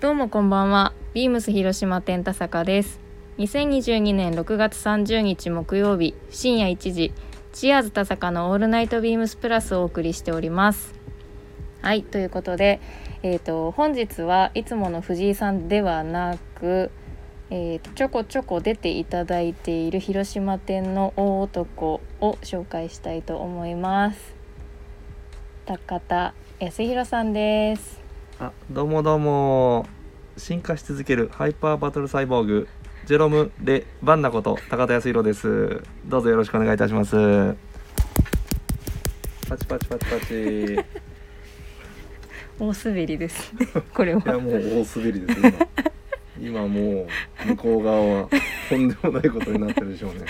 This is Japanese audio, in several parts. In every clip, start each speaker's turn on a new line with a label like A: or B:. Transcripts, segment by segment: A: どうもこんばんは。ビームス広島店田坂です。2022年6月30日木曜日深夜1時、チアーズ田坂のオールナイトビームスプラスをお送りしております。はい、ということで、えっ、と本日はいつもの藤井さんではなく、えーとちょこちょこ出ていただいている広島店の大男を紹介したいと思います。高田康弘さんです。
B: あどうもどうも進化し続けるハイパーバトルサイボーグジェロム・レ・バンナこと高田康弘ですどうぞよろしくお願いいたしますパチパチパチ パチい
A: 大滑り ですねこれ
B: や
A: は
B: もう大滑りです今今もう向こう側はとんでもないことになってるでしょうね、はい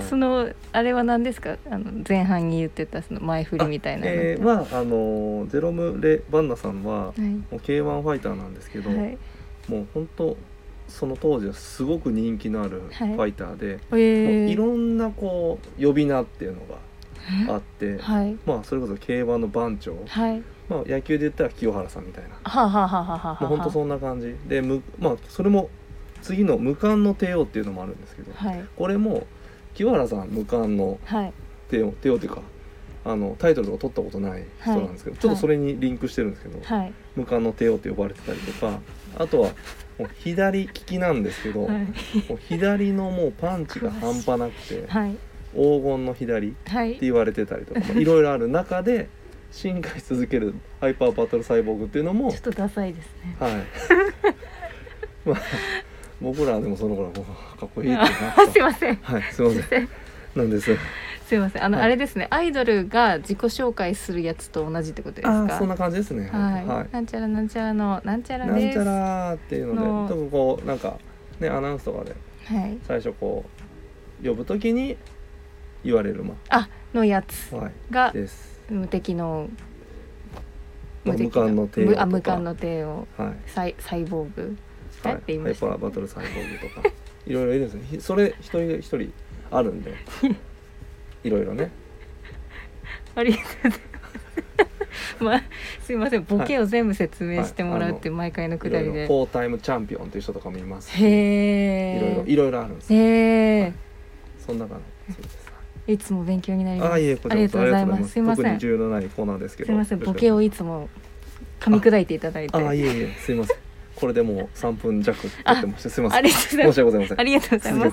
A: そのあれは何ですかあの前半に言ってたその前振りみたいなの
B: えーまああのジェロム・レ・バンナさんは
A: はい
B: もう K1 ファイターなんですけど、
A: はい
B: もう本当その当時はすごく人気のあるフ
A: はい
B: ァイターで、
A: えー
B: もういろんなこう呼び名っていうのがあって、
A: はい
B: まあそれこそ競馬の番長、
A: はい
B: まあ野球で言ったら清原さんみたいな、
A: はあ、はあはあはあはあ
B: まあ本当そんな感じでむまあそれも次の無冠の帝王っていうのもあるんですけど、
A: はい
B: これも清原さん無冠の
A: はい
B: 帝王帝王っていうかあのタイトルを取ったことない人なんですけど、
A: はい
B: ちょっとそれにリンクしてるんですけど、
A: はい
B: 無冠の帝王って呼ばれてたりとか、あとはもう左利きなんですけど、
A: はい
B: もう左のもうパンチが半端なく て
A: はい
B: 黄金の左
A: は
B: っ
A: い
B: て言われてたりとかまあいろいろある中で進化し続けるハイパーバトルサイボーグっていう のも
A: ちょっとダサいですね
B: はいまあ僕らでもその頃はもうかっこいいってなっ
A: すい
B: た
A: ません
B: はいすいませんなんです
A: すいませんあの、
B: はい
A: あれですねアイドルが自己紹介するやつと同じってことです
B: あ
A: か
B: ーそんな感じですね
A: はい、
B: はい
A: なんちゃらなんちゃらのなんちゃら
B: なん
A: です
B: ちゃらーっていうの
A: の
B: で多分こうなんかねアナウンスとかで
A: はい
B: 最初こう呼ぶときに言われるま
A: あのやつ
B: あはい
A: が
B: です
A: 無敵の
B: まあ無
A: な
B: 冠の帝王
A: 無あ
B: とか
A: 無冠の帝王
B: はい
A: サイサイボーグ
B: はい、
A: だって言い
B: ハ
A: ま
B: イ
A: した
B: パ
A: ね
B: ーバトルサイボーグと かいろいろいるんですねひそれ一人一人ある んでいろいろね
A: ありがとうござい ます。まあ、すいませんボケを全部説明してもらうっていう毎回の
B: い
A: くだ
B: ろ
A: り
B: いろ
A: で、
B: フォータイムチャンピオンっていう人とかもいますしいろ
A: へ
B: いろ
A: え
B: いろいろあるんですよ
A: へえ、
B: そんな感じそうです
A: い、つも勉強になります
B: あいえこちらこそ
A: ありがとうございます
B: ありがとうござ
A: すいません
B: 特に重要のないコーナーですけど
A: すいませんボケをいつも噛み砕いていただいて
B: あ
A: あ
B: いえいえすいませんこれでもう3分弱やってましたすいません
A: りがとうございます
B: 申し訳ございません
A: ありがとうございます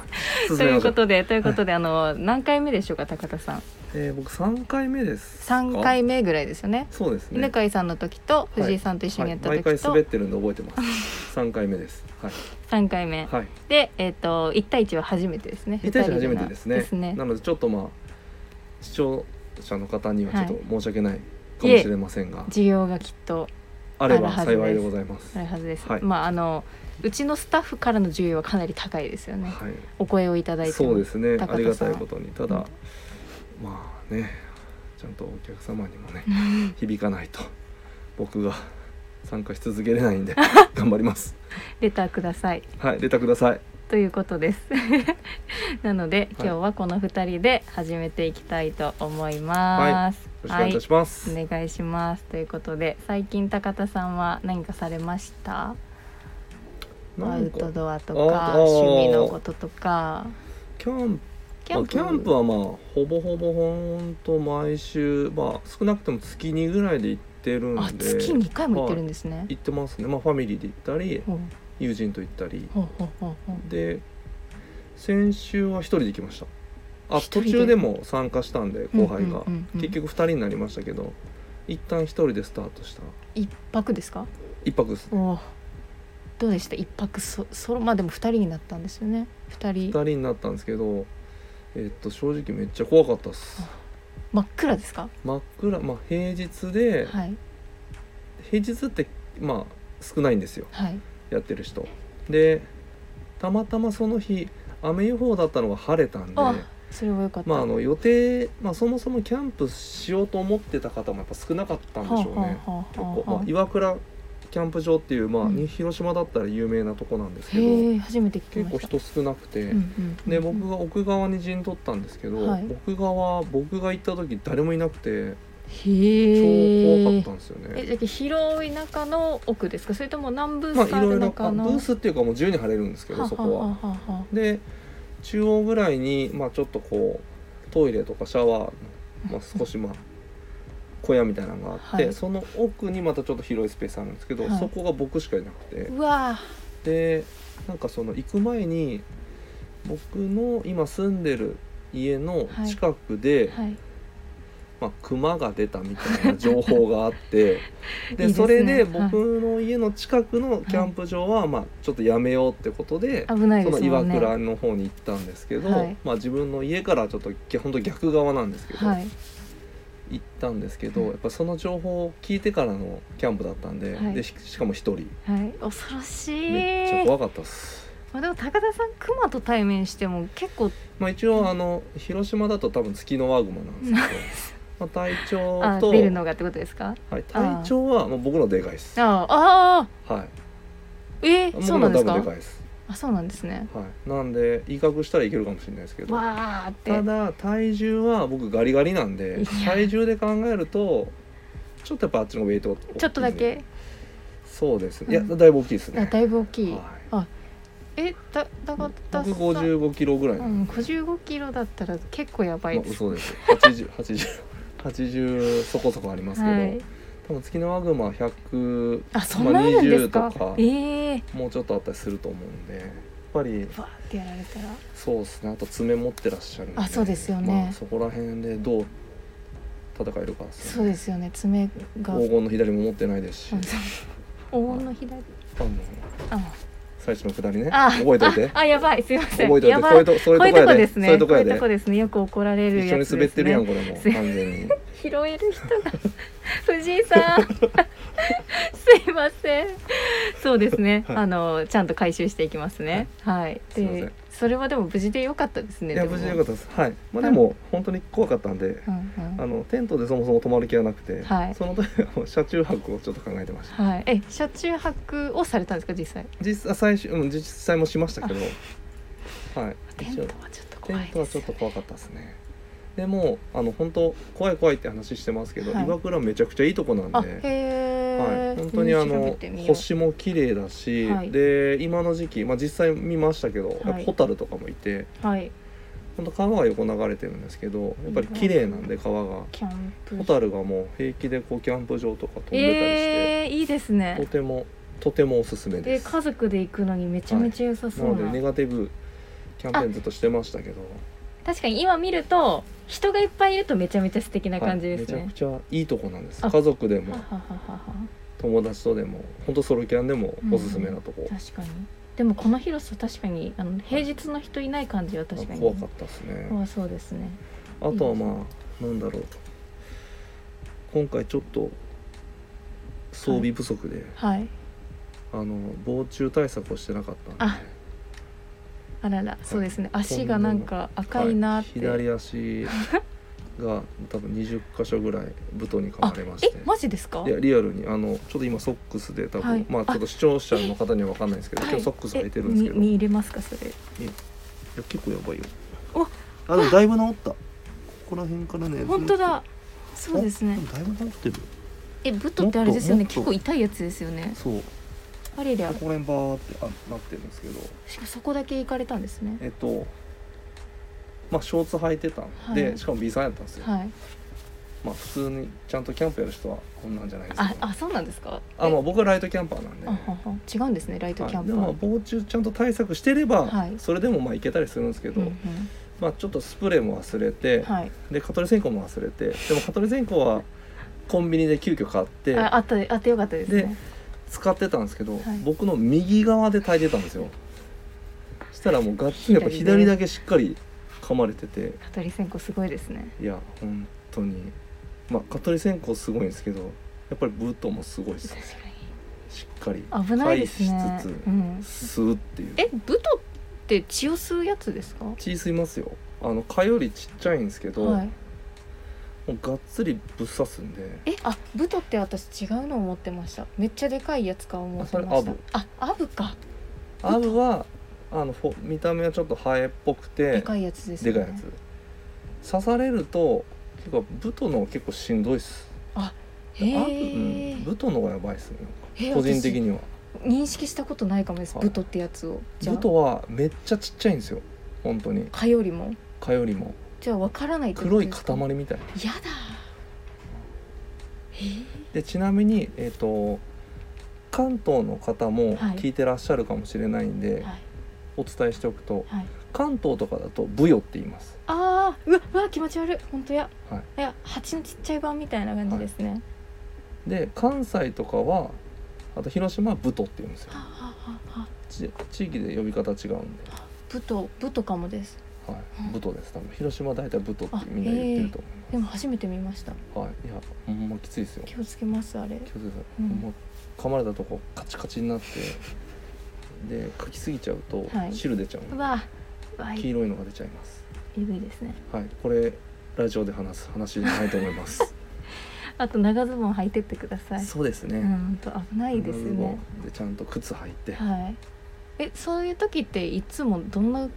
A: と
B: 続け
A: い
B: ま
A: う
B: しょ
A: こ
B: う
A: とでということで、あの何回目でしょうか高田さん
B: えー僕3回目ですか
A: 3回目ぐらいですよね
B: そうですね
A: 犬飼さんの時と藤井さんと一緒にやった
B: はい、
A: 時
B: 毎回
A: と
B: 滑ってるんで覚えてます3回目です はい
A: 3回目、
B: はい
A: で、えっと1対1は初めてですね
B: 2対1初めてですね
A: ですね
B: なのでちょっとまあ視聴者の方にはちょっ
A: は
B: と申し訳ないかもしれませんが、
A: 需要がきっと
B: あれば
A: あるはずです
B: 幸いでございます
A: あるはずです、
B: はい
A: まああのうちのスタッフからの需要はかなり高いですよね
B: はい、
A: お声をいただいて
B: そうですね
A: 高田さん
B: ありがたいことにた
A: う
B: だ
A: ん
B: まあねちゃんとお客様にもね響かないと僕が参加し続けれない んで頑張ります
A: レターください
B: はいレターください
A: ということです なので、
B: はい
A: 今日はこの2人で始めていきたいと思います
B: よろしくお願いいたします、
A: お願いしますということで最近高田さんは何かされましたア
B: な
A: ウ
B: ん
A: ト
B: か
A: ドアと
B: あ
A: か
B: あー
A: 趣味のこととか
B: キャンプ
A: キ
B: まあ、キャンプはまあほぼほぼほんと毎週まあ少なくとも月2ぐらいで行ってるんで
A: あ月2回も行ってるんですね、
B: 行ってますねまあファミリーで行ったり
A: ほう
B: 友人と行ったり
A: ほうほうほうほう
B: で先週は一人で行きましたあ
A: 一人
B: 途
A: で
B: 中でも参加したんで後
A: う
B: 輩が
A: んうんうんうん
B: 結局2人になりましたけど一旦一人でスタートした
A: 一泊ですか
B: 一泊ですね
A: おーどうでした一泊そソロまあでも二人になったんですよね二
B: 二
A: 人
B: 人になったんですけどえっと正直めっちゃ怖かったっす
A: 真っ暗ですか
B: 真っ暗まあ平日で
A: はい
B: 平日ってまあ少ないんですよ
A: はい
B: やってる人でたまたまその日雨予報だったのが晴れたんで
A: あそれはよかった
B: まああの予定、まあ、そもそもキャンプしようと思ってた方もやっぱ少なかったんでしょうね
A: は
B: 結
A: あはあはあはあ
B: 構、まあ、岩倉キャンプ場っていう、まあ
A: うん
B: 広島だったら有名なとこなんですけど
A: へえ初めて聞き
B: 結
A: ま
B: 構
A: した
B: 人少なくて、
A: うんうんうん
B: で僕が奥側に陣取ったんですけど、
A: はい
B: 奥側僕が行った時誰もいなくて超
A: へえ
B: 怖かったんですよね
A: えじゃあ広い中の奥ですかそれとも何ブ
B: まあ
A: ー
B: い
A: スあ
B: ろ
A: る
B: いろあ
A: 中の、
B: ブースっていうかもう自由に貼れるんですけどそこ
A: は
B: は。
A: はは
B: で中央ぐらいに、まあ、ちょっとこうトイレとかシャワー、まあ、少 しまあ小屋みたいなのがあって、
A: はい
B: その奥にまたちょっと広いスペースあるんですけど、
A: はい
B: そこが僕しかいなくて
A: うわ
B: でなんかその行く前に僕の今住んでる家の近くで、
A: ーはい
B: まあ、熊が出たみたいな情報があって で
A: いいですね
B: それで
A: はい
B: 僕の家の近くのキャンプ場は、まあ、ちょっとやめようってことで、
A: 危ない
B: そ
A: で
B: の
A: すも
B: 岩
A: んね
B: 倉の方に行ったんですけど、
A: はい
B: まあ、自分の家からちょっと本当逆側なんですけど、
A: はい
B: 行ったんですけど
A: はい
B: やっぱその情報を聞いてからのキャンプだったんで,、
A: はい
B: でししかも一人
A: はい恐ろしい
B: めっちゃ怖かったです。
A: まあ、でも高田さん熊と対面しても結構
B: まあ、一応あの広島だと多分ツキノワグマなん ですけど、まあ、体長
A: あ
B: と、
A: 出るのがってことですか
B: はい、体長はもう僕のでかいです。
A: あ
B: は
A: あああ
B: い、
A: えー
B: 僕
A: そうなん
B: の
A: で
B: 多
A: す
B: 分で
A: か
B: かいです。
A: あそうなんですね
B: はい、なんで威嚇したらいけるかもしれないですけど
A: わーって
B: ただ体重は僕ガリガリなん
A: い
B: で
A: や
B: 体重で考えるとちょっとやっぱあっちのウェイト大きいんで
A: ちょっとだけ
B: そうです
A: うん
B: ねいやだいぶ大きいです
A: あ
B: ね
A: だいぶ大きい、
B: はい
A: えだ高田
B: 僕
A: さん
B: 55キロぐらいな
A: うんん、55キロだったら結構やば
B: まあ
A: いです、
B: 嘘です80 80 80そこそこありますけど、
A: はい
B: 多分月のワグマ100
A: あそんなあるんですか
B: まあ20とか
A: ええー
B: もうちょっとあったりすると思うんでやっぱり
A: バーってやられたら
B: そうですねあと爪持ってらっしゃるんで
A: あそうですよね
B: まあ、そこら辺でどう戦えるかです
A: そ
B: よ
A: う
B: ね
A: ですよね爪が
B: 黄金の左も持ってないですし、
A: うん 黄金の左
B: あの
A: あ
B: 最初の下りね
A: あ
B: 覚えといて
A: あやばいすいません
B: 覚えといて
A: やばい
B: そういうとそう
A: こう
B: い
A: いううと
B: とこ
A: こで
B: やです
A: ね
B: そういうとこや
A: こういうとこ
B: で
A: ですねよく怒られる
B: 一緒
A: や
B: に
A: つ
B: 滑
A: で
B: っ
A: す
B: てるやん
A: ね
B: これも
A: すいま
B: 完全に
A: 拾える人が 藤井さん すいませんそうですね、
B: はい
A: あのちゃんと回収していきますねはい
B: すいません
A: でそれはでも無事で良かったですね
B: いや無事でよか
A: っ
B: ったですはいまあでも本当に怖かったんで
A: た、うんうん
B: あのテントでそもそも泊まる気はなくて
A: はい
B: その時は車中泊をちょっと考えてました
A: はい、え車中泊をされたんですか実際
B: 実際最初うん実際もしましたけどはい
A: テントはちょっと
B: テ
A: 怖
B: ン
A: い
B: ト
A: で
B: は
A: す
B: ちょ
A: よ
B: っと怖かったですねでもあの本当怖い怖いって話してますけど、
A: はい
B: 岩倉めちゃくちゃいいとこなんで
A: あへえ、
B: はい、本当にあの星も綺麗だし、
A: はい
B: で今の時期、まあ、実際見ましたけど、
A: い
B: やっぱホタルとかもいて
A: はい
B: 本当川が横流れてるんですけどやっぱり綺麗なんで川が
A: キャンプ
B: ホタルがもう平気でこうキャンプ場とか飛んでたりし
A: え
B: て、
A: ー、いいですね
B: とてもとてもおすすめ
A: で
B: です
A: 家族で行くのにめちゃめちゃ良さ
B: な
A: そう
B: の
A: な、
B: でネガティブキャンペーンずっとしてましたけど、
A: 確かに今見ると人がいっぱいいるとめちゃめちゃ素敵な
B: はい
A: 感じで
B: め
A: す
B: ちゃ
A: ね
B: く、ちゃいいとこなんです
A: あ
B: 家族でも
A: ははははは
B: 友達とでも本当ソロキャンでもおすすめなとこ、
A: 確かにでもこの広さ確かにあの平日の人いない感じは確かに
B: 怖かったですね、
A: 怖そうですね
B: あとはまあなんだろう今回ちょっと装備不足で、
A: はい
B: あの防虫対策をしてなかったんで
A: ああららそうですね足がなんか赤いなって、
B: はい左足が多分20箇所ぐらいブトに噛
A: あ
B: まれまして
A: えマジですか
B: いやリアルにあのちょっと今ソックスで多分、
A: はい
B: まあちょっと視聴者の方には分かんないですけど、今日ソックス履いてるんですけど、
A: えに
B: い
A: に入れますかそれ
B: や結構やばいよ
A: お
B: あでもだいぶ治ったここら辺からね
A: 本当だそうですね
B: ずっとあでもだいぶ治ってる
A: えブットってあれですよね
B: もっと
A: 結
B: もっと
A: 構痛いやつですよね
B: そう
A: あれりゃ
B: ここら辺バーってあなってるんですけど
A: しかもそこだけ行かれたんですね
B: えっとまあショーツ履いてたんで、
A: はい
B: しかも B さんやったんですよ、
A: はい
B: まあ普通にちゃんとキャンプやる人はこんなんじゃないです
A: あ
B: か
A: あそうなんですか
B: あまあ僕はライトキャンパーなんで、
A: あはは違うんですねライトキャ
B: はい
A: ン
B: で
A: プ
B: もまあ防虫ちゃんと対策してれば、
A: はい
B: それでもまあいけたりするんですけど、
A: うん
B: まあちょっとスプレーも忘れて、
A: うん、はい
B: で蚊取り線香も忘れてでも蚊取り線香はコンビニで急遽買って
A: ああったあってよかったですね
B: 使ってたんですけど、
A: い
B: 僕の右側で炊いてたんですよそしたらもうがっつりやっぱ左
A: 左で
B: だけしっかり噛まれてて
A: 蚊取り線香すごいですね
B: いや本当にまあ蚊取り線香すごいんですけどやっぱりブートもすごいです
A: 確
B: しっかり
A: かに危ないですね
B: 回避しつつ
A: うん、
B: 吸うっていう
A: えブトって血を吸うやつですか
B: 血吸いますよあの蚊よりちっちゃいんですけど、
A: はい
B: もうがっつりぶっ刺すんで
A: えあブトって私違うの思ってましためっちゃでかいやつか思ってま
B: あ
A: し
B: そ
A: た
B: れ
A: あアブか
B: アブはあのほ見た目はちょっとハエっぽくて
A: でかいやつです
B: で
A: よね
B: かいやつ刺されるとてか武藤の方が結構しんどいっす
A: へ
B: あ
A: え、
B: うん、武藤の方がやばいっすね
A: え
B: 個人的には
A: 私認識したことないかもです
B: はい
A: ブトってやつをじゃ
B: 武藤
A: あ
B: はめっちゃちっちゃいんですよ本当に
A: 蚊よりも
B: 蚊よりも
A: じゃあ分からないってこと
B: 黒い
A: ですか
B: 塊みたい
A: やだえ
B: でちなみにえっ、と関東の方も
A: はい
B: 聞いてらっしゃるかもしれないんで、
A: ー、はい
B: お伝えしておくと
A: はい
B: 関東とかだと「ブヨ」って言います
A: あーうわうわ気持ち悪い本当や、
B: はい
A: いや蜂のちっちゃい版みたいな感じですね、
B: で関西とかはあと広島は「ブト」って言うんですよ
A: はあはあはあはあ
B: ち地域で呼び方違うんで、
A: ブトブトかもです
B: は
A: うん
B: い、ブトです多分広島は大体「ブト」って
A: あ
B: みんな言ってると思います
A: でも初めて見ました
B: はい、いや、ほんまきついですよ。気
A: 気をつけますあれ
B: をつけてくださ
A: う
B: い。
A: ん
B: もう噛まれたとこカチカチになって。で、かきすぎちゃうと
A: は、い
B: 汁出ちゃうの
A: うわうわ
B: 黄
A: い
B: 色いのが出ちゃいます。
A: えぐいですね
B: はい、これ、ラジオで話す話じゃないと思 います。
A: あと長ズボン履いてってください
B: そうです
A: う
B: ね。
A: ん本当危ないです
B: ズボ
A: ね
B: ンで、ちゃんと靴履いて。
A: はいえそういう時っていつもどんな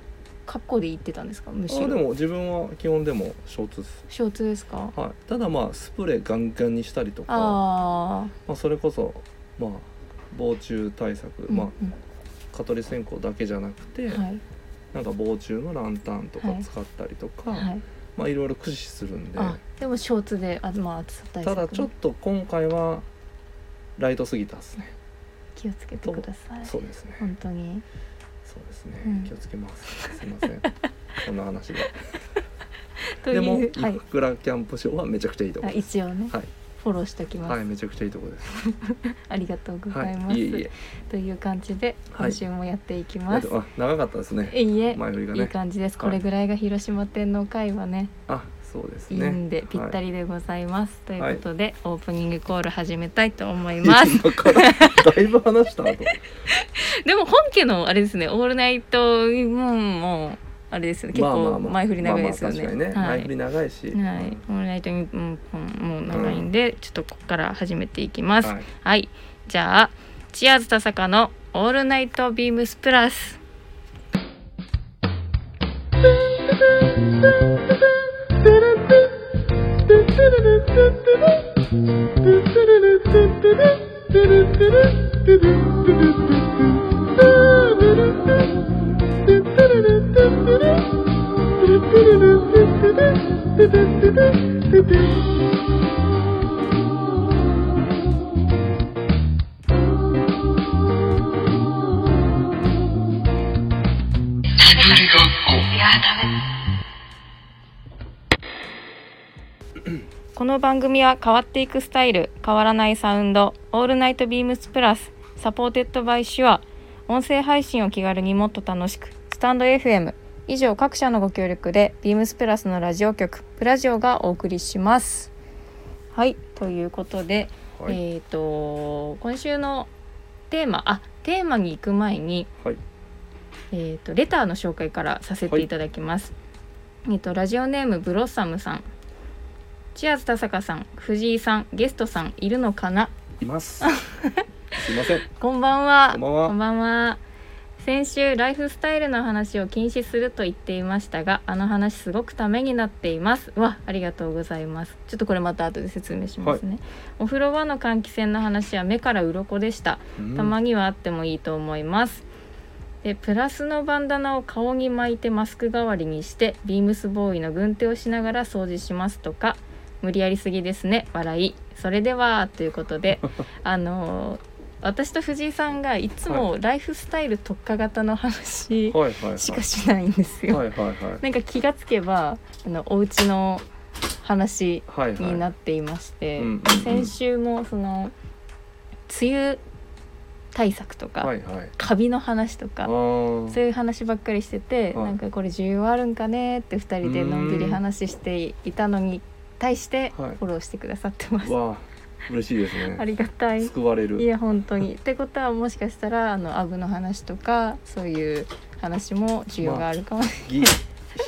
A: 格好で行ってたんですかむし
B: あ、で
A: ろ
B: も、自分は基本でもショーツです。
A: ショーツですか
B: はい、ただ、まあ、スプレーガンガンにしたりとか、ま
A: あ
B: あ、それこそ、まあ。防虫対策、
A: あ
B: まあ
A: うんうん、
B: 蚊取り線香だけじゃなくて、
A: はい
B: なんか防虫のランタンとか
A: はい
B: 使ったりとか、
A: はい
B: まあいろいろ駆使するんで
A: あでもショーツであまあ暑さ対
B: た
A: 策
B: だちょっと今回はライトすぎたですね
A: 気をつけてください
B: そうですね
A: 本当に
B: そうですね、
A: うん
B: 気をつけますすいません こんな話で
A: とい
B: でも
A: う
B: い
A: はい
B: くらキャンプ場はめちゃくちゃいいとこ
A: あ
B: です
A: 一応ね、
B: はい
A: フォローしておきます、
B: はいめちゃくちゃいいとこです
A: ありがとうございま
B: は
A: す、
B: いいえいえ
A: という感じで
B: はい
A: 今週もやっていき
B: あ
A: ます、
B: あ長かったですね
A: い、いえ、
B: 前振りが
A: いい
B: ね
A: 感じです
B: は
A: こ
B: い
A: れぐらいが広島天の会はね、
B: あそうです
A: いい
B: ね
A: んでぴった
B: り
A: りでございます、と
B: い
A: いうことで、オープニングコール始めたいと思います
B: 今からだいぶ話した後
A: でも本家のあれですねオールナイトもうんもうあれですよね 結
B: まあまあ
A: 構
B: まあ
A: 前振り長いですよね,、
B: まあまあ確かにね、前振り長いし、
A: はい、はい、オールナイトに、うん、もう長いんで、ちょっとここから始めていきます、
B: はい、
A: はい、じゃあチアーズ田坂のオールナイトビームスプラス。この番組は変わっていくスタイル、変わらないサウンド、オールナイトビームスプラス、サポーテッドバイシュア、音声配信を気軽にもっと楽しく、スタンド FM、以上各社のご協力で、ビームスプラスのラジオ局、プラジオがお送りします。はい、ということで、
B: はい
A: えっ、と今週のテーマあテーマに行く前に、
B: はい
A: えっ、とレターの紹介からさせていただきます。えっ、とラジオネームブロッサムさん、チアーズ田坂さん、藤井さん、ゲストさんいるのかな。
B: います。すいません。
A: こんばんは。
B: こんばんは
A: は先週ライフスタイルの話を禁止すると言っていましたがあの話すごくためになっていますわありがとうございますちょっとこれまた後で説明しますね、お風呂場の換気扇の話は目から鱗でしたたま
B: に
A: にはあってもいいと思います、でプラスのバンダナを顔に巻いてマスク代わりにしてビームスボーイの軍手をしながら掃除しますとか無理やりすぎですね笑いそれではということ であのー私と藤井さんがいつもライフスタイル特化型の話
B: はいはいはい。
A: しかしないんですよ、
B: はいはいはい。
A: なんか気がつけばあのお家の話
B: はいはい。
A: になっていまして、
B: うんうんうん
A: 先週もその梅雨対策とか、
B: はいはい。
A: カビの話と
B: あ
A: か
B: ー
A: そういう話ばっかりしてて、
B: はい
A: なんかこれ需要あるんかねって2人でのんびり話していたのに対してフ
B: はい
A: ォローしてくださってます。
B: わあ嬉しいです
A: あ
B: ね。
A: りがたい
B: 救われ
A: い
B: る。
A: や本当に。ってことはもしかしたらあのアブの話とかそういう話も需要があるかも、
B: ぎ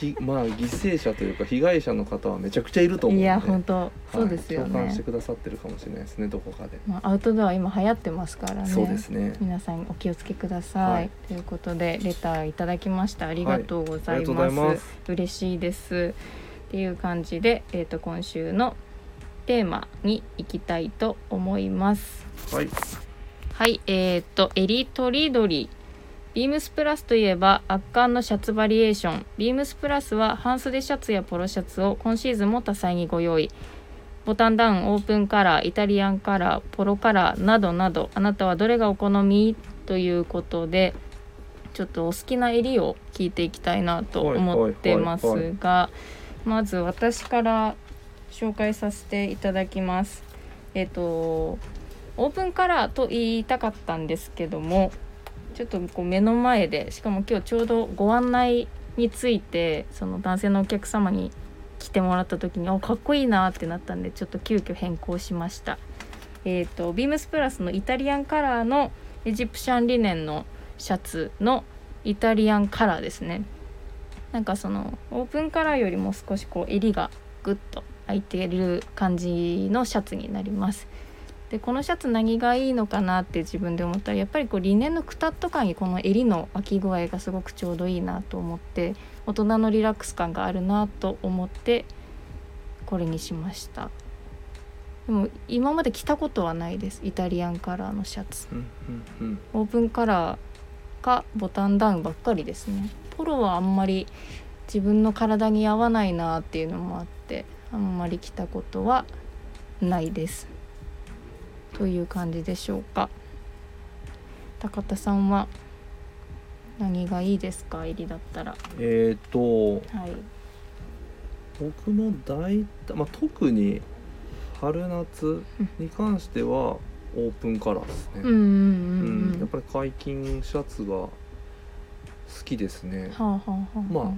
B: ひ まあ犠牲者というか被害者の方はめちゃくちゃいると思うん
A: い
B: で。
A: や
B: は
A: 本
B: い
A: 当、そうですよ
B: 共感して
A: ね、
B: くださってるかもしれないですねどこかで。
A: まあ、アウトドア今流行ってますからね
B: そうですね。
A: 皆さんお気をつけください、
B: はい
A: ということでレターいただきましたありがとうご
B: あ
A: ざ
B: り
A: い
B: がとう
A: ま
B: ご
A: す
B: ざいます。
A: 嬉しいです。っていう感じで、えー、と今週のテーマに行きたいと思います。
B: はい
A: はい、えー、っと、エリトリドリ。ビームスプラスといえば圧巻のシャツバリエーション。ビームスプラスは半袖シャツやポロシャツを今シーズンも多彩にご用意。ボタンダウン、オープンカラー、イタリアンカラー、ポロカラーなどなど、あなたはどれがお好みということで、ちょっとお好きな襟を聞いていきたいなと思ってます
B: はいはい
A: が、まず私から紹介させていただきます。えっとオープンカラーと言いたかったんですけどもちょっとこう目の前でしかも今日ちょうどご案内についてその男性のお客様に来てもらった時にあかっこいいなってなったんでちょっと急遽変更しました。えー、とビームスプラスのイタリアンカラーのエジプシャンリネンのシャツのイタリアンカラーですねなんかそのオープンカラーよりも少しこう襟がグッと開いてる感じのシャツになりますでこのシャツ何がいいのかなって自分で思ったらやっぱりこうリネンのくたっと感にこの襟の開き具合がすごくちょうどいいなと思って大人のリラックス感があるなと思ってこれにしましたでも今まで着たことはないですイタリアンカラーのシャツ
B: うんうんうん
A: オープンカラーかボタンダウンばっかりですねポロはあんまり自分の体に合わないなっていうのもあってあんまり着たことはないですという感じでしょうか高田さんは何がいいですか襟だったら
B: えっ、と
A: はい
B: 僕も大体、まあ、特に春夏に関してはオープンカラーですね、
A: うんうん
B: う
A: うん
B: ん
A: うん
B: やっぱり解禁シャツが好きですね
A: はあはあはあ
B: まあ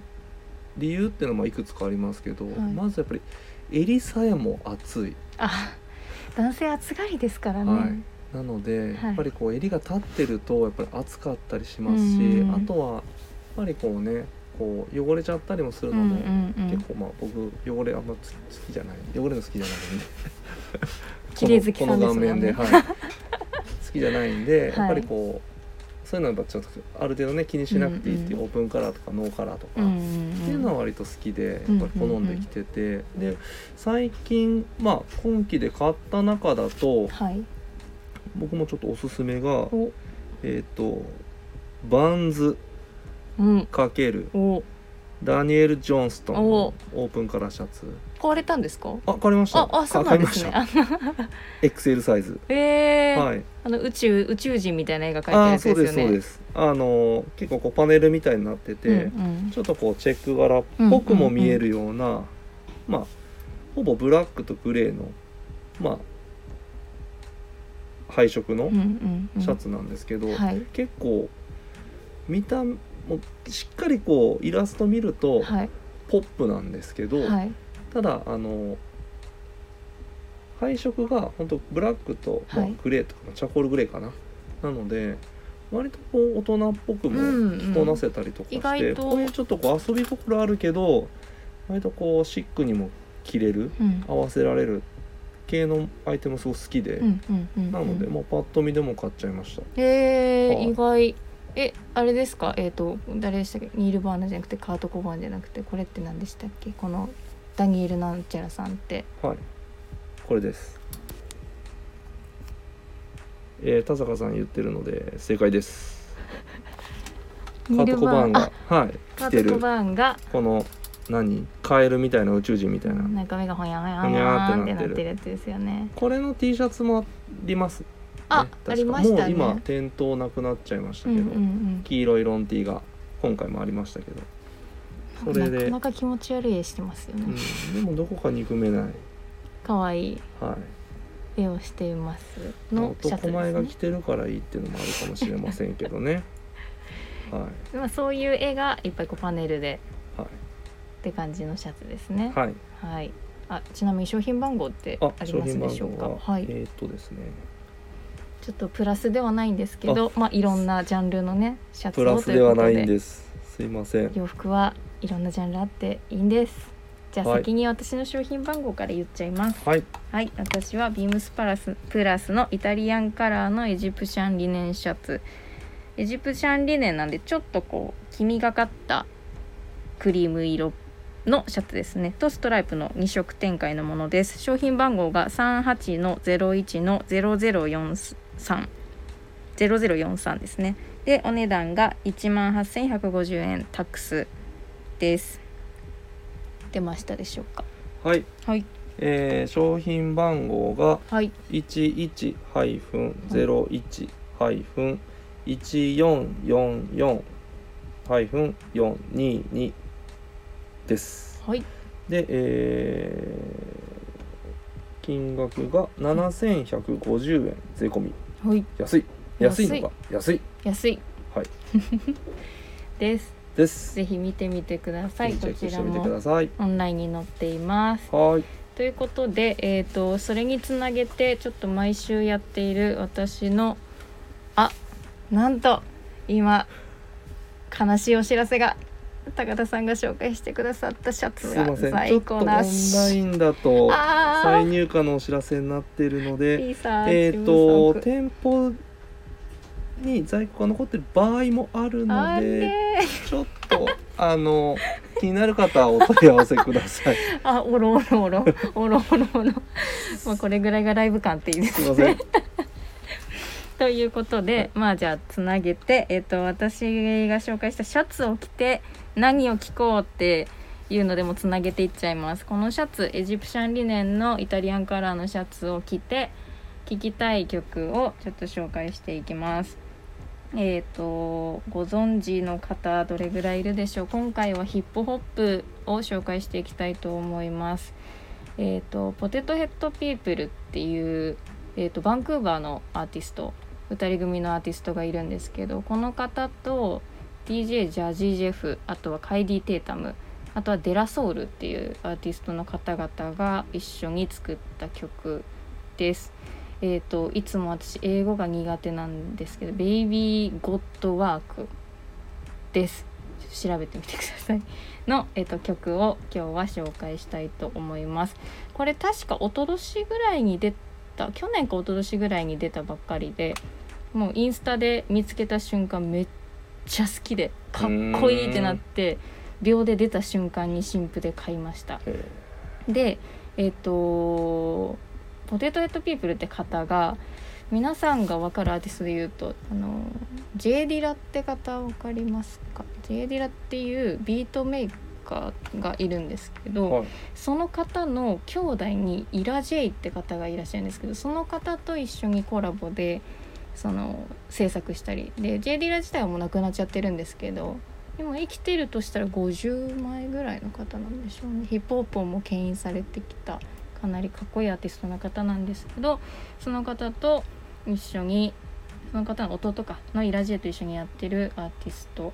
B: 理由っていうのはいくつかありますけど、
A: い
B: まずやっぱり襟さえも厚い
A: あ男性暑がりですからね、
B: はいなので、
A: はい
B: やっぱりこう襟が立ってるとやっぱり厚かったりしますし、
A: うんうん
B: あとはやっぱりこうねこう汚れちゃったりもする
A: う
B: の
A: んう
B: も、
A: んうん
B: 結構まあ僕汚れあんまつ好きじゃない汚れの好きじゃない んで
A: 綺麗好きさんですもんね
B: このこの顔面で、はい、好きじゃないんで、
A: はい
B: やっぱりこうそういうのはやっぱちょっとある程度ね気にしなくていいっていう、
A: うんう
B: オープンカラーとかノーカラーとか、
A: うん
B: っ
A: うん
B: ていう
A: うん
B: のは割と好きで
A: うん
B: やっぱり好んできてて、で最近まあ今期で買った中だと
A: はい
B: 僕もちょっとおすすめが
A: お
B: えっ、とバンズ
A: うん
B: ×
A: お
B: ダニエル・ジョンストンの
A: お
B: オープンカラーシャツ
A: 買われたんですか
B: あ買いました
A: あ、あ、そうなんですね。
B: 買いま
A: あ
B: した XL サイズ
A: えー
B: はい、
A: あの宇宙宇宙人みたいな絵が描いてる
B: あ
A: や
B: ー
A: つ
B: そう
A: で
B: です
A: よ
B: す
A: ね。
B: そう
A: う
B: ですあのー結構こうパネルみたいになってて、
A: んうん
B: ちょっとこうチェック柄っぽくも見えるような、まあほぼブラックとグレーのまあ配色の
A: うんうんうん
B: シャツなんですけど、
A: はい
B: 結構見たもうしっかりこうイラスト見ると
A: はい
B: ポップなんですけど、
A: はい
B: ただあの配色が本当ブラックと、まあ
A: はい
B: グレーとかチャコールグレーかななので割とこう大人っぽく
A: うん
B: も
A: うん
B: 着こなせたりとか
A: 意
B: し
A: 外
B: て、
A: と
B: こういうちょっとこう遊び心あるけど割とこうシックにも着れる
A: うん
B: 合わせられる系のアイテムすごく好きで、
A: うんうんうんうん。
B: なのでもうパッと見でも買っちゃいました
A: え
B: は
A: ー
B: い
A: 意外えあれですかえっ、と誰でしたっけニールバーナじゃなくてカートコバーンじゃなくてこれって何でしたっけこのダニエルなんちゃらさんって
B: はい、これです。えー、田坂さん言ってるので正解です。カ
A: ニ
B: ー
A: ー
B: ト・
A: ル
B: コバーン
A: あ
B: が、はい、
A: カ
B: 来
A: ー
B: て
A: トコ
B: る
A: バーンが
B: この何カエルみたいな宇宙人みたいな、
A: なんか目がほにゃほにゃ
B: ほにゃー
A: ーっ
B: っ
A: てて
B: な
A: な
B: ってる
A: ってるやつですよね。
B: これの T シャツもあります、ね、
A: あ、
B: 確か
A: ありましたね。
B: もう今店頭なくなっちゃいました
A: う
B: け
A: んう
B: ど、
A: んうん。
B: 黄色いロン T が今回もありましたけど、それで
A: なかなか気持ち悪い絵してますよ
B: う
A: ね。
B: ん、でもどこか憎めない、
A: 可愛い
B: はい、
A: 絵をしていますのシャツ
B: 男前が
A: で
B: 着
A: す
B: てるからいいっていうのもあるかもしれませんけど ね、
A: ね。
B: は
A: まあそういう絵がいっぱいこうパネルで
B: い、は
A: って感じのシャツですね
B: い、。はい。
A: はい。あちなみに商品番号ってあ
B: あ、
A: り
B: 商
A: ます
B: 品
A: で
B: 番
A: しょうか。
B: 号は、
A: は
B: え
A: い。
B: ーっとですね、
A: ちょっとプラスではないんですけど、まあいろんなジャンルのねシャツ
B: プ
A: を
B: ラスではないん
A: というこ
B: です。すいません
A: と。で。洋服はいろんなジャンルあっていいんです。じゃあ
B: はい
A: 先に私の商品番号から言っちゃいます。
B: はい、
A: はい、私はビームスパラスプラスのイタリアンカラーのエジプシャンリネンシャツエジプシャンリネンなんでちょっとこう黄みがかったクリーム色っのシャツですねとストライプの2色展開のものです商品番号が38の01の0043 0043ですねでお値段が1万8150円タックスです出ましたでしょうか
B: はい、
A: はい
B: えー商品番号が
A: はい
B: 11-01-1444-422です。
A: はい
B: で、えー金額が7150円税込み
A: はい
B: 安い安いのか安い
A: 安い
B: はい
A: です
B: です。
A: ぜひ見てみてください
B: ぜ
A: こ
B: ひチェック
A: ち
B: し
A: ら
B: てみてく
A: も
B: ださい。
A: オンラインに載っています
B: はい
A: ということで、えー、とそれにつなげてちょっと毎週やっている私のあなんと今悲しいお知らせが高田さんが紹介してくださったシャ
B: す
A: ツ
B: いま
A: が
B: せんちょ
A: 最
B: っと
A: 高
B: オンラ
A: な
B: インだと
A: あー
B: 再入荷のお知らせになっているので
A: いいさ
B: え
A: 自
B: ー、
A: 分
B: と
A: 作
B: 店舗に在庫が残ってる場合もある
A: あ
B: の
A: れ
B: でちょっとあの気になる方はお問い合わせください
A: あおろおろおろおろおろおろまあこれぐらいがライブ感っていいです
B: すいません
A: ということで、まあじゃあつなげて、えっと私が紹介したシャツを着て何を着こうっていうのでもつなげていっちゃいますこのシャツエジプシャンリネンのイタリアンカラーのシャツを着て聴きたい曲をちょっと紹介していきますえっ、とご存知の方どれぐらいいるでしょう今回はヒップホップを紹介していきたいと思いますえっ、とポテトヘッドピープルっていうえー、とバンクーバーのアーティスト2人組のアーティストがいるんですけどこの方と DJ ジャージー・ジェフあとはカイディ・テータムあとはデラソウルっていうアーティストの方々が一緒に作った曲です。えー、といつも私英語が苦手なんですけど「ベイビー・ゴッド・ワーク」です。ちょっと調べてみてください の、えー、と曲を今日は紹介したいと思います。これ確か一昨年ぐらいに出た去年か一昨年ぐらいに出たばっかりでもうインスタで見つけた瞬間めっちゃ好きでかっこいいってなって秒で出た瞬間に新婦で買いました
B: え
A: でえっ、とポテトヘッドピープルって方が皆さんが分かるアーティストで言うとあの J ・ディラって方分かりますか J ・ディラっていうビートメーカーがいるんですけど、
B: はい
A: その方の兄弟にイラ・ジェイって方がいらっしゃるんですけどその方と一緒にコラボでその制作したりで J ・ディラ自体はもう亡くなっちゃってるんですけど今生きてるとしたら50前ぐらいの方なんでしょうねヒップホップをもう牽引されてきたかなりかっこいいアーティストの方なんですけどその方と一緒にその方の弟かのイラジエと一緒にやってるアーティスト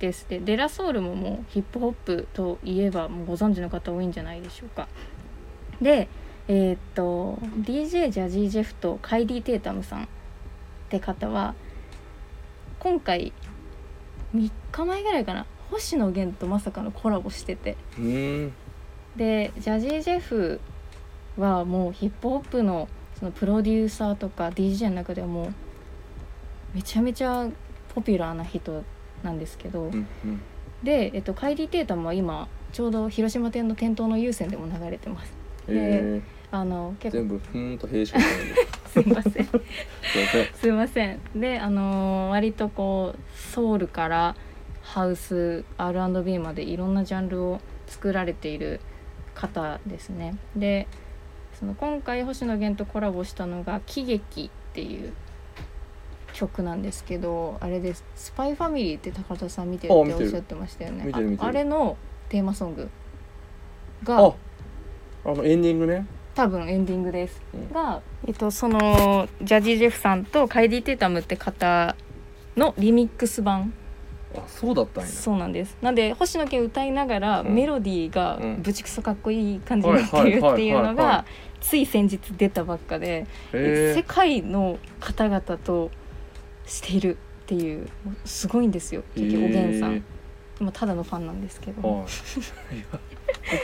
A: ですでデラソウルももうヒップホップといえばもうご存知の方多いんじゃないでしょうかでえーっと DJ ジャジー・ジェフとカイディ・テータムさんって方は今回3日前ぐらいかな星野源とまさかのコラボしてて
B: うーん
A: でジャジー・ジェフはもうヒップホップのそのプロデューサーとか DJ の中ではもうめちゃめちゃポピュラーな人なんですけど、
B: うんうん
A: で、えっと、カイリー・テータムは今ちょうど広島店の店頭の有線でも流れてます
B: え
A: あの
B: ー、
A: 結構
B: 全部ふーんと閉所
A: す
B: す
A: いません
B: いませ ん
A: すいませんであのー割とこうソウルからハウス R&B までいろんなジャンルを作られている方ですねでその今回星野源とコラボしたのが「喜劇」っていう曲なんですけどあれです「スパイファミリー」って高田さん見てる
B: あ
A: っ
B: 見
A: て
B: て
A: お
B: る
A: っしゃってましたよね
B: 見てる見て
A: あ
B: る
A: あれのテーマソングが
B: ああのエンディングね
A: 多分エンディングです、
B: うん
A: が、えっと、そのジャジー・ジェフさんとカイディ・テータムって方のリミックス版
B: あそうだったんや
A: そうなんですなんで星野源歌いながら
B: うん
A: メロディーが
B: うん
A: ぶちくそかっこいい感じになって
B: はい
A: る
B: はい
A: っていう
B: は
A: の
B: いはいは
A: がつい先日出たばっかで
B: へ
A: 世界の方々としているっていうすごいんですよ
B: え
A: 結局おげんさん
B: へ
A: まあただのファンなんですけ
B: ー
A: ど。
B: はいいや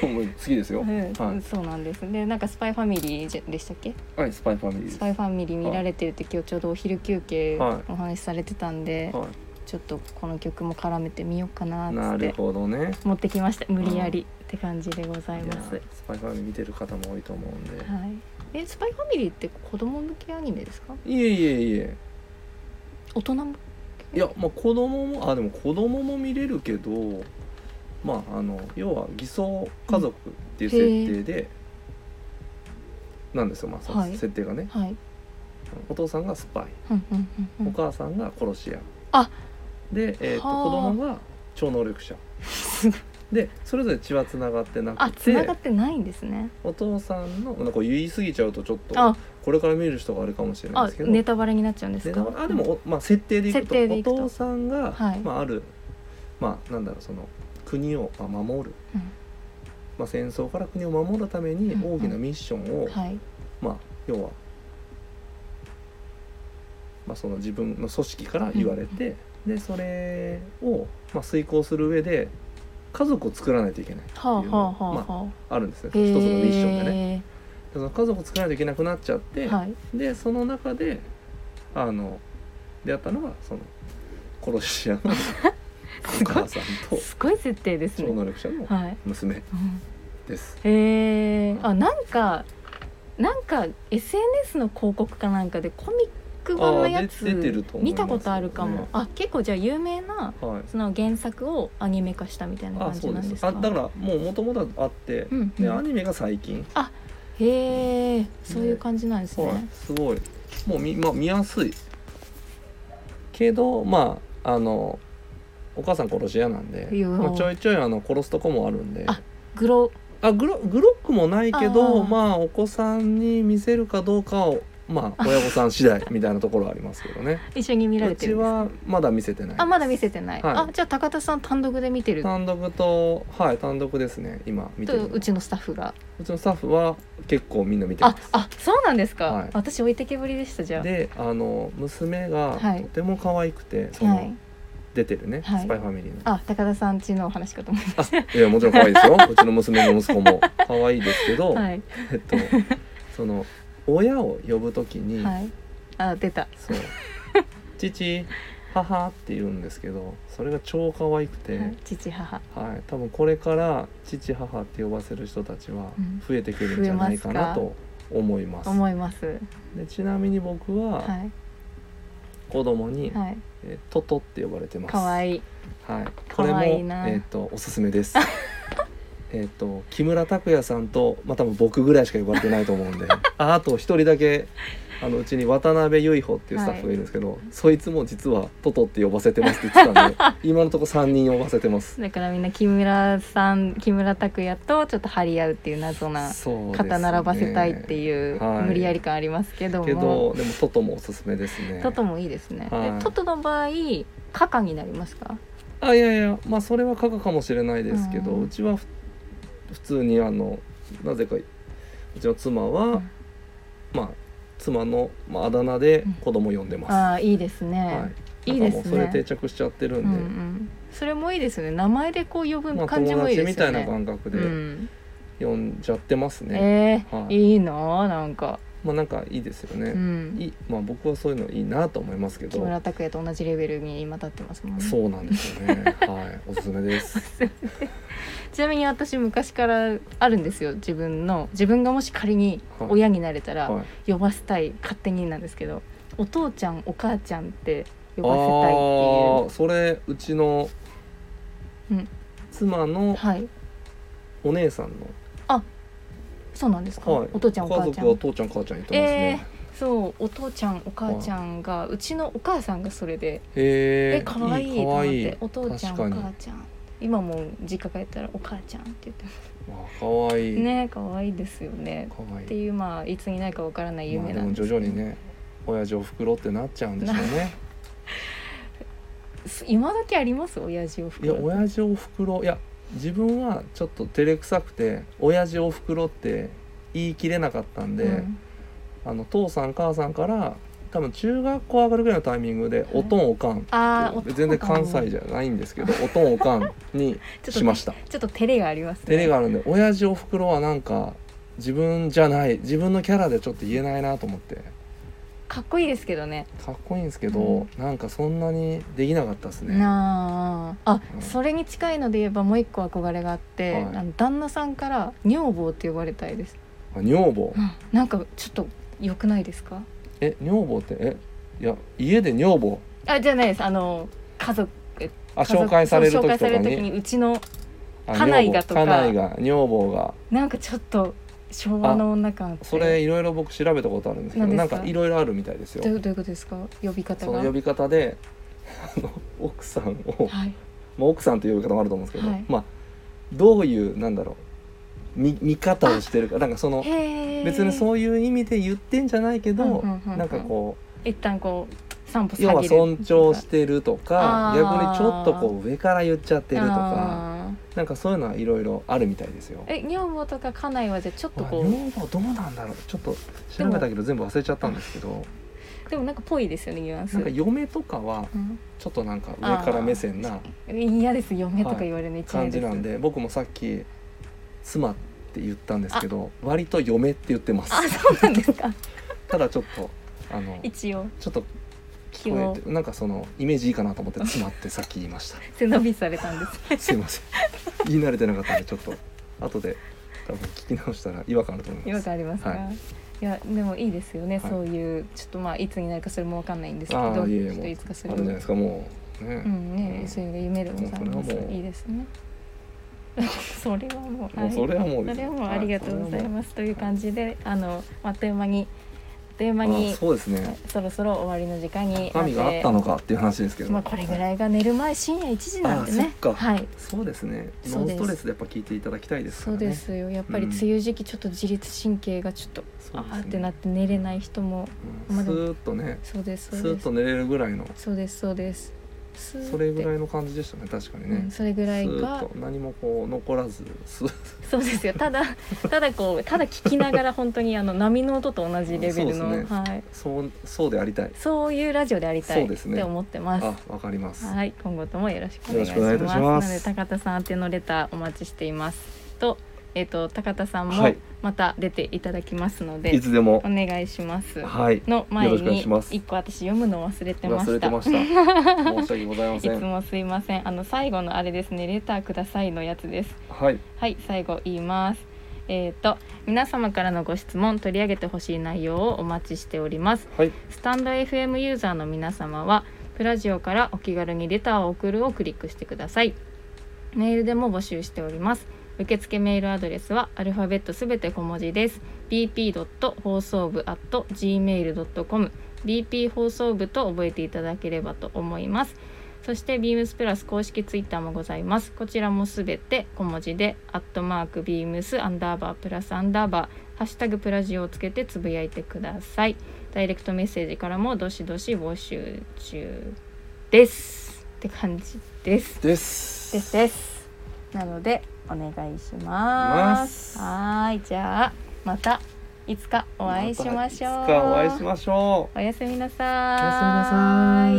B: 僕も次ですよ、
A: うん
B: はい
A: そうなんですでなんか「スパイファミリー」でしたっけ
B: はいスパイファミリーです
A: スパイファミリー見られてるって今日ちょうどお昼休憩
B: は
A: お話しされてたんで、
B: は、
A: ちょっとこの曲も絡めてみようかないっつ
B: な
A: っ
B: る
A: て
B: ほどね
A: 持ってきました無理やり、って感じでございます
B: や。スパイファミリー見てる方も多いと思うんで、
A: はい。え、スパイファミリーって子供向けアニメですか？
B: い、えいえいえ
A: 大人も
B: いやまあ子供もあでも子供も見れるけどまああの要は偽装家族っていう設定で、なんですよまあ、その
A: はい
B: 設定がね
A: はい。
B: お父さんがスパイ、
A: うんうんうんう
B: お
A: ん。
B: 母さんが殺し屋
A: あ
B: で、えー、と
A: はあ
B: 子供が超能力 者
A: すごい
B: でそれぞれ血はつながってな
A: あ、
B: く
A: 繋が
B: て
A: ってないんですね。
B: お父さんのなんかこう言い過ぎちゃうとちょっと
A: あ、
B: これから見る人があれかもしれない
A: あ
B: です、けど
A: ネタバレになっちゃうんです
B: で
A: か
B: な？あでも、おまあ、設定でいく
A: 設
B: と
A: 定でいくと
B: お父さんが、
A: はい
B: まあ、ある、まあ、なんだろうその国を、まあ、守る、
A: うん
B: まあ、戦争から国を守るために
A: うんうん
B: 大きなミッションを、
A: はい。
B: まあ、要は、まあ、その自分の組織から言われて、でそれを、まあ、遂行する上で家族を作らないといけない
A: はあはあはあはあ。
B: あるんですね
A: へ
B: 一つ
A: ー
B: のミッションでね。でその家族を作らないといけなくなっちゃって、
A: はい。
B: でその中であの出会ったのがその殺し 屋のお母さんと
A: すごい設定です
B: 超
A: ね。
B: 能力者の
A: はい。
B: 娘
A: うん
B: です。
A: へえあなんかなんか SNS の広告かなんかでコミック版のやつ
B: あーで出てると思います
A: 見たことあるかも、
B: ね
A: あ結構じゃあ有名な
B: はい、
A: その原作をアニメ化したみたいな
B: あ
A: 感じ
B: そう
A: な
B: で
A: ん
B: す
A: ですか
B: あだからもうもともとあって、
A: うんうん
B: でアニメが最近、
A: へえそういう感じなんですね
B: はい、すごいもう見,、まあ、見やすいけどまああのお母さん殺し屋なんで
A: いや、
B: まあ、ちょいちょいあの殺すとこもあるんで
A: あグロ
B: あグログロックもないけ
A: あ
B: ど
A: ー
B: まあお子さんに見せるかどうかをまあ親御さん次第みたいなところはありますけどね
A: 一緒に見ら
B: う
A: れて
B: ち
A: るんですか
B: はまだ見せてない
A: あまだ見せてない、
B: はい
A: あじゃあ高田さん単独で見てる
B: 単独とはい単独ですね今見てる
A: と
B: の
A: うちのスタッフが
B: うちのスタッフは結構みんな見て
A: あ
B: ます
A: あそうなんですか、
B: はい
A: 私置いてけぼりでしたじゃあ
B: であの娘が
A: はい
B: とても可愛くて、その
A: はい
B: 出てるね、
A: はい
B: スパイファミリーの
A: あ高田さんちのお話かと思いまし
B: いやもちろん可愛 いですようちの娘も息子も可愛いですけど、
A: たはい
B: えっとその親を呼ぶときに、
A: はい。あ、出た。
B: そう父母って言うんですけどそれが超可愛くて、
A: はい父母。
B: はい、多分これから父母って呼ばせる人たちは
A: うん
B: 増えてくるんじゃないかなと思います。
A: 思います。
B: でちなみに僕は
A: は
B: 子供に、
A: い。はい。
B: えートトって呼ばれてます。
A: 可愛いい。
B: はい、これ
A: 可
B: も
A: 愛いな
B: えっ、とおすすめです。 えっと木村拓哉さんとまあ多分僕ぐらいしか呼ばれてないと思うん で、ああと一人だけあのうちに渡辺由衣穂っていうスタッフがいるんですけど、そいつも実はトトって呼ばせてますって言ってたんで、今のところ三人呼ばせ てます。
A: だからみんな木村さん、木村拓哉とちょっと張り合うっていう謎な
B: そうですね
A: 肩並ばせたいっていう
B: はい
A: 無理やり感ありますけども。
B: けどでもトトもおすすめですね。
A: トトもいいですね。
B: はい
A: えトトの場合、カカになりますか。
B: あいやいやまあそれは過去かもしれないですけど、
A: う
B: うんちはふ普通にあのなぜかうちの妻は、
A: うん
B: まあ妻の、まあ、あだ名で
A: うん
B: 子供呼んでます、
A: ああ、いいです
B: は
A: ね。
B: い、
A: いい
B: な
A: で
B: んかもう
A: す
B: それ定
A: ね。
B: 着しちゃってる
A: うんんう
B: で、
A: ん。それもいいですね。名前でこう呼
B: ま
A: ぶ
B: あ、
A: 感じ
B: 友
A: もいい
B: 達
A: で
B: み
A: すよ
B: たいな
A: ね。
B: 感覚
A: う
B: で
A: ん。
B: 呼んじゃってますね、
A: え
B: は
A: ー、
B: い
A: いいな、なんか。
B: まあなんかいいですよね、
A: うん。
B: いいまあ僕はそういうのいいなと思いますけ
A: 木
B: ど
A: 村拓哉と同じレベルに今立ってますもんね
B: そうなんですよねはいおすすめ です
A: ちなみに私昔からあるんですよ自分の自分がもし仮に
B: はい
A: 親になれたら
B: はい
A: 呼ばせたい、勝手になんですけどお父ちゃんお母ちゃんって呼ば
B: あーそれうちの
A: うん
B: 妻の
A: せたいっていうはい
B: お姉さんの、
A: そうなんですか、
B: はい、
A: お父ちゃんお母
B: 家
A: ちゃ
B: 族は
A: ん
B: 父ちゃん母ちゃん言ってますね
A: そうお父ちゃんお母ちゃんが、うちのお母さんがそれで
B: へ
A: え可愛いと思ってお父ちゃんお
B: 確かに
A: 母ちゃん今もう実家帰ったらお母ちゃんって言ってます
B: かわいい
A: ね可愛いですよね
B: かわい
A: っ
B: い
A: ていうまあいつになるかわからない
B: まあ
A: 夢
B: で
A: なん
B: も
A: ですけ
B: 徐
A: ど
B: 々にね親父おふくろってなっちゃうんでしょうね
A: す今時あります親父を
B: い
A: 含
B: や
A: む
B: 親父おふくろいや自分はちょっと照れくさくて親父おふくろって言い切れなかったんで、
A: うん
B: あの父さん母さんから多分中学校上がるぐらいのタイミングで「おとんおかん」
A: あーお
B: 全然関西
A: ち
B: じゃないんですけど 「おとんおかん」に
A: ょっ
B: し
A: と
B: ました
A: ちょっと照れがありますね
B: 照れがあるんで親父おふくろはなんか自分じゃない自分のキャラでちょっと言えないなと思って
A: かっこいいですけどね
B: かっこいいんですけど、
A: うん
B: なんかそんなにできなかったですね
A: なああ、
B: うん
A: それに近いので言えばもう一個憧れがあって、
B: はい
A: あの旦那さんから女房って呼ばれたいです、
B: あ女房
A: うんなんかちょっと良くないですか
B: え女房ってえいや家で女房
A: あじゃないですあの家族
B: あ
A: 家族
B: 紹介される
A: そう
B: 時
A: 紹介
B: と
A: さ
B: か
A: れる時
B: に
A: にうちの
B: あ
A: 家内がとか
B: 女房家内が女房が
A: なんかちょっと昭和の女感あって
B: それいろいろ僕調べたことあるんですけど
A: 何で
B: な
A: す
B: ん
A: か
B: かいろいろあるみたいです
A: どう
B: よ
A: いうどういうことですか呼び方
B: そ
A: が
B: の呼び方であの奥さんを、まあ、
A: はい
B: 奥さんという呼び方もあると思うんですけど、
A: はい
B: まあどういうなんだろう見見方をしてるかなんかその
A: へー
B: 別にそういう意味で言ってんじゃないけど、
A: うんうんうんうん
B: なんかこ
A: 一旦こう散歩
B: う要は尊重してると
A: あ
B: か
A: ー
B: 逆にちょっとこう上から言っちゃってるとか
A: あ
B: なんかそういうのはいろいろあるみたいですよ
A: ー。え女房とか家内はじゃあちょっと
B: まあ
A: こ
B: 女房どうなんだろうちょっと調べたけど全部忘れちゃったんですけど
A: うでもなんかぽいですよねニュアンス
B: なんか嫁とかは
A: うん
B: ちょっとなんか上から目線な
A: 嫌です嫁とか言われるの一
B: 感
A: 番
B: じ
A: 嫌
B: なんで僕もさっき「妻」って言ったんですけど割と「嫁」って言ってます
A: あそうなんですか
B: ただちょっとあの
A: 一応
B: ちょっと
A: 気
B: 聞こ
A: を
B: えてなんかそのイメージいいかなと思って「妻」ってさっき言い ました
A: 背伸びされたんです
B: すいません言い慣れてなかったんでちょっと後で多分聞き直したら違和感あると思い
A: 違
B: ま
A: 和
B: す
A: 感ありますか、、
B: はい
A: やでもいいですよね、
B: はい
A: そういうちょっとまあいつになるかそれもわかんないんですけ
B: あ
A: ど
B: ーいえいえ
A: ちょっ
B: も
A: と
B: う
A: いつかそ
B: あ
A: れ
B: るじゃない
A: を
B: ですかもう
A: う
B: ね、
A: んね、
B: うん
A: そういうのが夢でござい
B: も
A: ま
B: うそ
A: す
B: れはもう
A: いいですね それはもう
B: もうそれはもう
A: それはもうありがとうございます、という感じであのあっという間にあっという間
B: はい
A: に
B: あそうですね
A: そろそろ終わりの時間になっ
B: 神
A: て
B: があったのかっていう話ですけど、
A: まあこれぐらいが寝る前深夜1時なんでね
B: あそっか
A: はい
B: そうですね
A: そ
B: ノ
A: う
B: ン
A: です
B: ストレスでやっぱ聞いていただきたいですか
A: そ
B: ら
A: う
B: ね
A: ですよやっぱり
B: うん
A: 梅雨時期ちょっと自律神経がちょっと、
B: そう
A: あ
B: ですね
A: あってなって寝れない人も
B: うん
A: まあ
B: ス
A: でも
B: ーッとね
A: そうです
B: ス
A: そうで
B: ーッ
A: す
B: と寝れるぐらいの
A: そうですそうですスーって
B: それぐらいの感じでしたね確かに
A: う
B: ね
A: ん、それぐらい
B: スー
A: が
B: ッと何もこう残らず スーッ
A: そうですよた だただこうただ聞きながら本当にあの波の音と同じレベルの
B: そうですね
A: はい、
B: そうそうでありたい
A: そういうラジオでありたい
B: そう
A: っ
B: ですね
A: て思ってます
B: あわかります
A: はい、今後ともよろしくお願いします。
B: よろしくお願いいたします
A: なので高田さん宛てのレターお待ちしています。と、えっ、と高田さん
B: は
A: も
B: い
A: また出ていただきますので、
B: いつでも
A: お願いします。
B: はい
A: の前
B: よろしくお願い
A: に
B: します
A: 一個私読むのを忘れてました。
B: 忘れてました 申し訳ございま
A: い
B: せ
A: つ
B: ん
A: もすいません。あの最後のあれですね、レターくださいのやつです。
B: はい
A: はい、最後言います。えっ、と皆様からのご質問取り上げてほしい内容をお待ちしております。
B: はい
A: スタンド FM ユーザーの皆様はプラジオからお気軽にレターを送るをクリックしてくださいメールでも募集しております受付メールアドレスはアルファベットすべて小文字です bp. 放送部 at gmail.com bp 放送部と覚えていただければと思いますそして beams プラス公式ツイッターもございますこちらもすべて小文字でアットマーク beams アンダーバープラスアンダーバーハッシュタグプラジオをつけてつぶやいてくださいダイレクトメッセージからもどしどし募集中ですって感じです
B: です
A: ですですなのでお願いし
B: ま
A: ます
B: す
A: はーいじゃあまたいつかお会いしましょう、
B: たいつかお会いしましょう
A: おやすみなさーい
B: おやすみなさーい